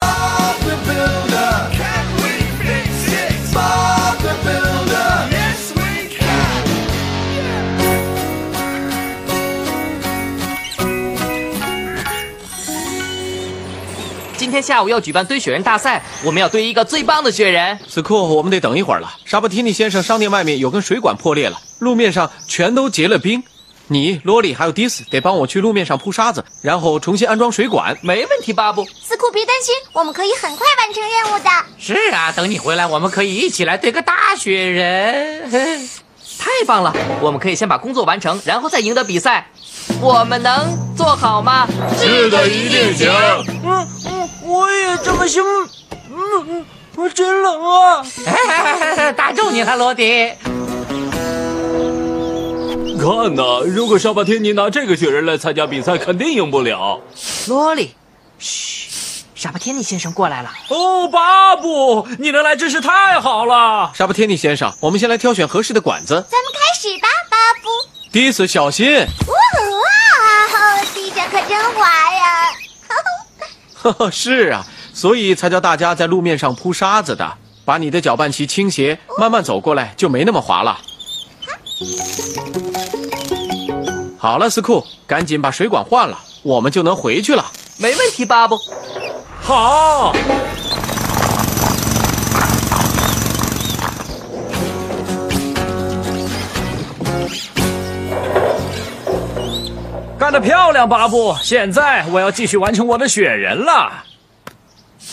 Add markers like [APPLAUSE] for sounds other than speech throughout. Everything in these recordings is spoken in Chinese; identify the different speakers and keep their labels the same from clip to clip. Speaker 1: Bob the Builder. Can we fix it? Bob the Builder. Yes, we can.
Speaker 2: 今天下午要举办堆雪人大赛，我们要堆一个最棒的雪人。
Speaker 3: 此刻我们得等一会儿了。沙巴提尼先生商店外面有根水管破裂了，路面上全都结了冰。你、罗里还有迪斯得帮我去路面上铺沙子，然后重新安装水管。
Speaker 2: 没问题，巴布。
Speaker 4: 斯库别担心，我们可以很快完成任务的。
Speaker 5: 是啊，等你回来，我们可以一起来堆个大雪人。
Speaker 2: 太棒了，我们可以先把工作完成，然后再赢得比赛。我们能做好吗？
Speaker 6: 是的，一定行。
Speaker 7: 嗯嗯，我也这么想。嗯嗯，我真冷啊！
Speaker 5: 哎打中你了，罗迪。
Speaker 6: 看呐、如果沙巴天尼拿这个雪人来参加比赛，肯定赢不了。
Speaker 2: 罗莉，嘘，傻巴天尼先生过来了。
Speaker 6: 哦，巴布，你能来真是太好了。
Speaker 3: 沙巴天尼先生，我们先来挑选合适的管子。
Speaker 4: 咱们开始吧，巴布。
Speaker 3: 迪斯，小心！
Speaker 4: 哇，地上可真滑呀！
Speaker 3: 呵呵， [LAUGHS] 是啊，所以才叫大家在路面上铺沙子的。把你的搅拌器倾斜，慢慢走过来，就没那么滑了。好了，斯库，赶紧把水管换了，我们就能回去了。
Speaker 2: 没问题，巴布。
Speaker 6: 好，干得漂亮，巴布！现在我要继续完成我的雪人了。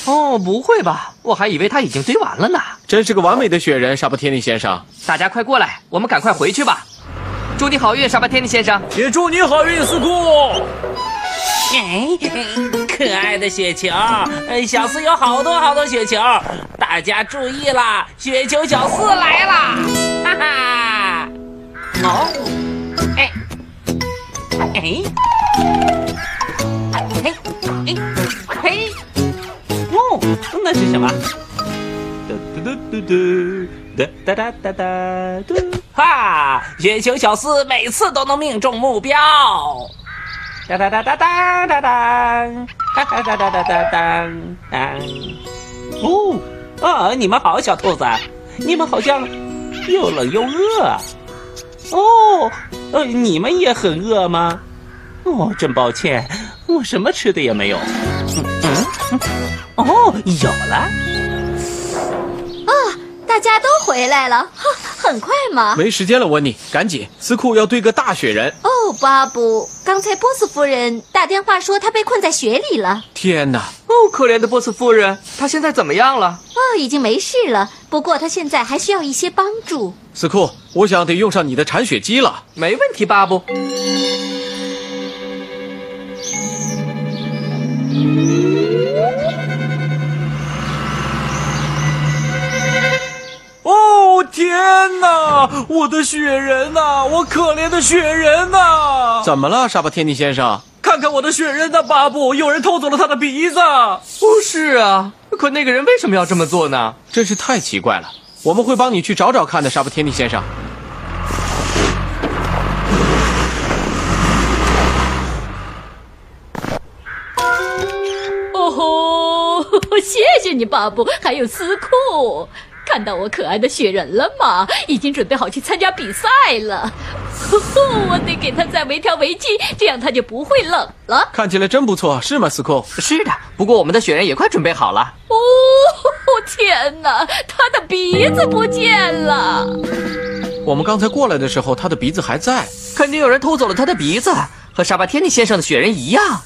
Speaker 2: 哦，不会吧？我还以为他已经堆完了呢。
Speaker 3: 真是个完美的雪人，沙巴天尼先生。
Speaker 2: 大家快过来，我们赶快回去吧。祝你好运，傻巴天尼先生。
Speaker 6: 也祝你好运，斯库。
Speaker 5: 哎，可爱的雪球，呃小四有好多好多雪球，大家注意啦，雪球小四来啦！哈哈。哦，哎，哎，嘿，哎，嘿，哦，那是什么？
Speaker 6: 哒哒哒哒哒嘟。
Speaker 5: 哈！雪球小四每次都能命中目标。哒哒哒哒哒哒哒，哈哈哒哒哒哒哒哒。哦，啊，你们好，小兔子，你们好像又冷又饿。哦，呃，你们也很饿吗？哦，真抱歉，我什么吃的也没有。嗯嗯嗯哦，有了。
Speaker 4: 大家都回来了，哼，很快嘛。
Speaker 3: 没时间了，温妮，赶紧！斯库要堆个大雪人。
Speaker 4: 哦，巴布，刚才波斯夫人打电话说她被困在雪里了。
Speaker 3: 天哪，
Speaker 2: 哦，可怜的波斯夫人，她现在怎么样了？
Speaker 4: 哦，已经没事了，不过她现在还需要一些帮助。
Speaker 3: 斯库，我想得用上你的铲雪机了。
Speaker 2: 没问题，巴布。
Speaker 6: 哦天哪，我的雪人呐、我可怜的雪人呐、
Speaker 3: 怎么了，沙巴天尼先生？
Speaker 6: 看看我的雪人呐、巴布，有人偷走了他的鼻子。
Speaker 2: 不是啊，可那个人为什么要这么做呢？
Speaker 3: 真是太奇怪了。我们会帮你去找找看的，沙巴天尼先生。
Speaker 8: 哦吼，谢谢你，巴布，还有司库。看到我可爱的雪人了吗？已经准备好去参加比赛了。呼呼，我得给他再围条围巾，这样他就不会冷了。
Speaker 3: 看起来真不错，是吗，斯库？
Speaker 2: 是的，不过我们的雪人也快准备好了。
Speaker 8: 哦，天哪，他的鼻子不见了！
Speaker 3: 我们刚才过来的时候，他的鼻子还在。
Speaker 2: 肯定有人偷走了他的鼻子，和沙巴天尼先生的雪人一样。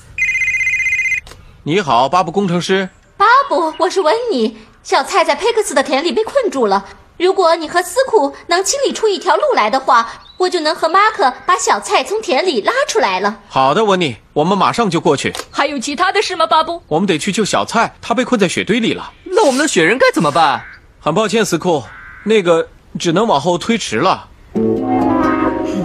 Speaker 3: 你好，巴布工程师。
Speaker 4: 巴布，我是温妮。小菜在佩克斯的田里被困住了。如果你和斯库能清理出一条路来的话，我就能和马克把小菜从田里拉出来了。
Speaker 3: 好的，温妮，我们马上就过去。
Speaker 8: 还有其他的事吗，巴布？
Speaker 3: 我们得去救小菜，他被困在雪堆里了。
Speaker 2: 那我们的雪人该怎么办？
Speaker 3: 很抱歉，斯库，那个只能往后推迟了。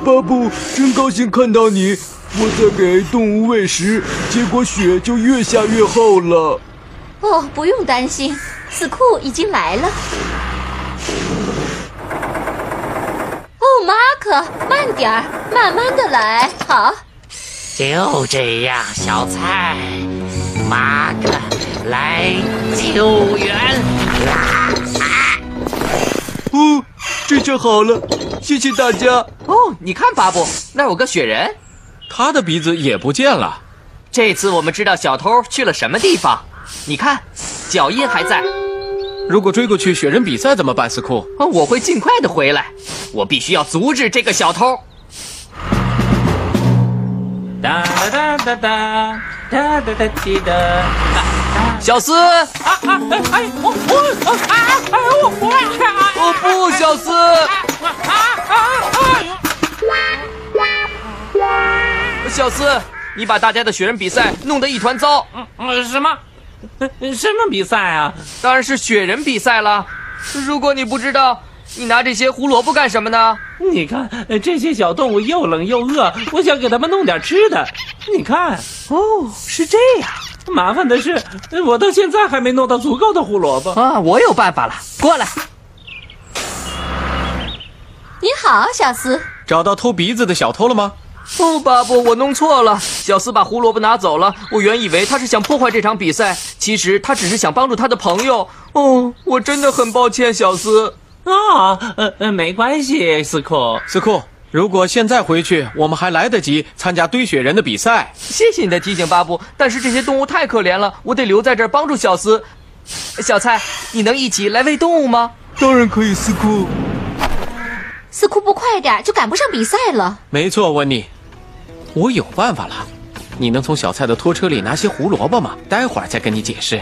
Speaker 9: 巴布，真高兴看到你！我在给动物喂食，结果雪就越下越厚了。
Speaker 4: 哦，不用担心，斯库已经来了。克，哦慢点儿，慢慢的来。好，
Speaker 10: 就这样，小菜，马克来救援啦！
Speaker 2: 啊
Speaker 9: 哦，这下好了，谢谢大家。
Speaker 2: 哦，你看巴布，那有个雪人，
Speaker 3: 他的鼻子也不见了。
Speaker 2: 这次我们知道小偷去了什么地方。你看，脚印还在。
Speaker 3: 如果追过去雪人比赛怎么办？斯库，
Speaker 2: 哦我会尽快的回来，我必须要阻止这个小偷。
Speaker 5: 哒哒哒哒哒哒哒哒滴哒。
Speaker 2: 小斯，
Speaker 5: 啊啊哎哎我我啊啊哎我
Speaker 2: 哦
Speaker 5: 我
Speaker 2: 不，小斯，小斯，你把大家的雪人比赛弄得一团糟。
Speaker 5: 嗯什么？什么比赛啊？
Speaker 2: 当然是雪人比赛了。如果你不知道，你拿这些胡萝卜干什么呢？
Speaker 5: 你看这些小动物又冷又饿，我想给它们弄点吃的。你看，哦，是这样。麻烦的是，我到现在还没弄到足够的胡萝卜
Speaker 2: 啊！我有办法了，过来。
Speaker 4: 你好，小斯。
Speaker 3: 找到偷鼻子的小偷了吗？
Speaker 2: 哦，巴布，我弄错了。小斯把胡萝卜拿走了。我原以为他是想破坏这场比赛，其实他只是想帮助他的朋友。哦，我真的很抱歉，小斯。
Speaker 5: 啊，呃呃，没关系，斯库。
Speaker 3: 斯库，如果现在回去，我们还来得及参加堆雪人的比赛。
Speaker 2: 谢谢你的提醒，巴布。但是这些动物太可怜了，我得留在这儿帮助小斯。小蔡，你能一起来喂动物吗？
Speaker 9: 当然可以，斯库。
Speaker 4: 斯库不快点儿就赶不上比赛了。
Speaker 3: 没错，温妮，我有办法了。你能从小蔡的拖车里拿些胡萝卜吗？待会儿再跟你解释。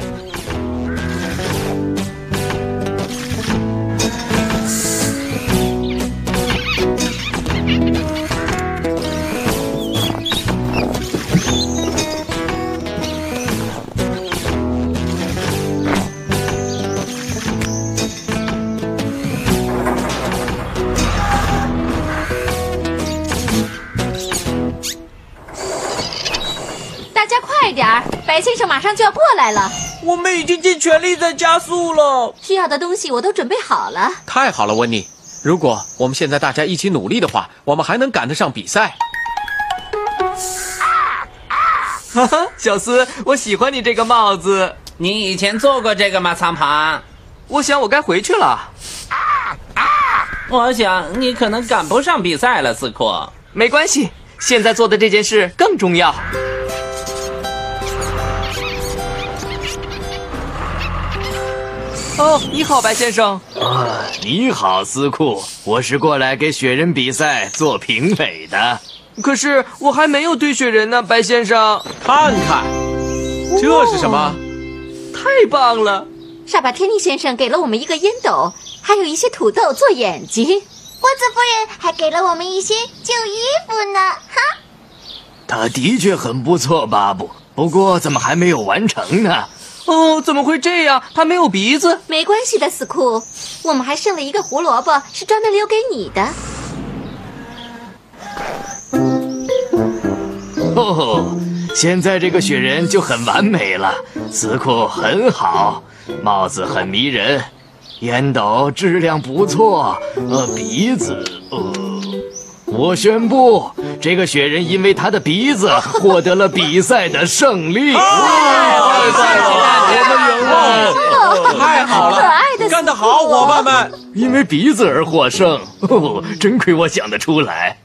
Speaker 4: 大家快点儿，白先生马上就要过来了。
Speaker 7: 我们已经尽全力在加速了。
Speaker 4: 需要的东西我都准备好了。
Speaker 3: 太好了，温妮。如果我们现在大家一起努力的话，我们还能赶得上比赛。
Speaker 2: 哈哈，小斯，我喜欢你这个帽子。
Speaker 5: 你以前做过这个吗，苍庞？
Speaker 2: 我想我该回去了。
Speaker 5: 我想你可能赶不上比赛了，斯库。
Speaker 2: 没关系，现在做的这件事更重要。哦，你好，白先生。
Speaker 10: 啊，你好，斯库，我是过来给雪人比赛做评委的。
Speaker 2: 可是我还没有堆雪人呢，白先生。
Speaker 3: 看看，这是什么？
Speaker 2: 太棒了！
Speaker 4: 沙巴天尼先生给了我们一个烟斗，还有一些土豆做眼睛。
Speaker 11: 波子夫人还给了我们一些旧衣服呢，哈！
Speaker 10: 他的确很不错，巴布。不过怎么还没有完成呢？
Speaker 2: 哦，怎么会这样？他没有鼻子。
Speaker 4: 没关系的，死库，我们还剩了一个胡萝卜，是专门留给你的。
Speaker 10: 哦，现在这个雪人就很完美了，斯库很好，帽子很迷人，烟斗质量不错，呃，鼻子，呃，我宣布，这个雪人因为他的鼻子获得了比赛的胜利。哦
Speaker 3: 我们赢了！哦太好
Speaker 4: 可
Speaker 3: 了，
Speaker 4: 爱的
Speaker 3: 干得好，伙伴们！
Speaker 10: 因为鼻子而获胜，哦，真亏我想得出来。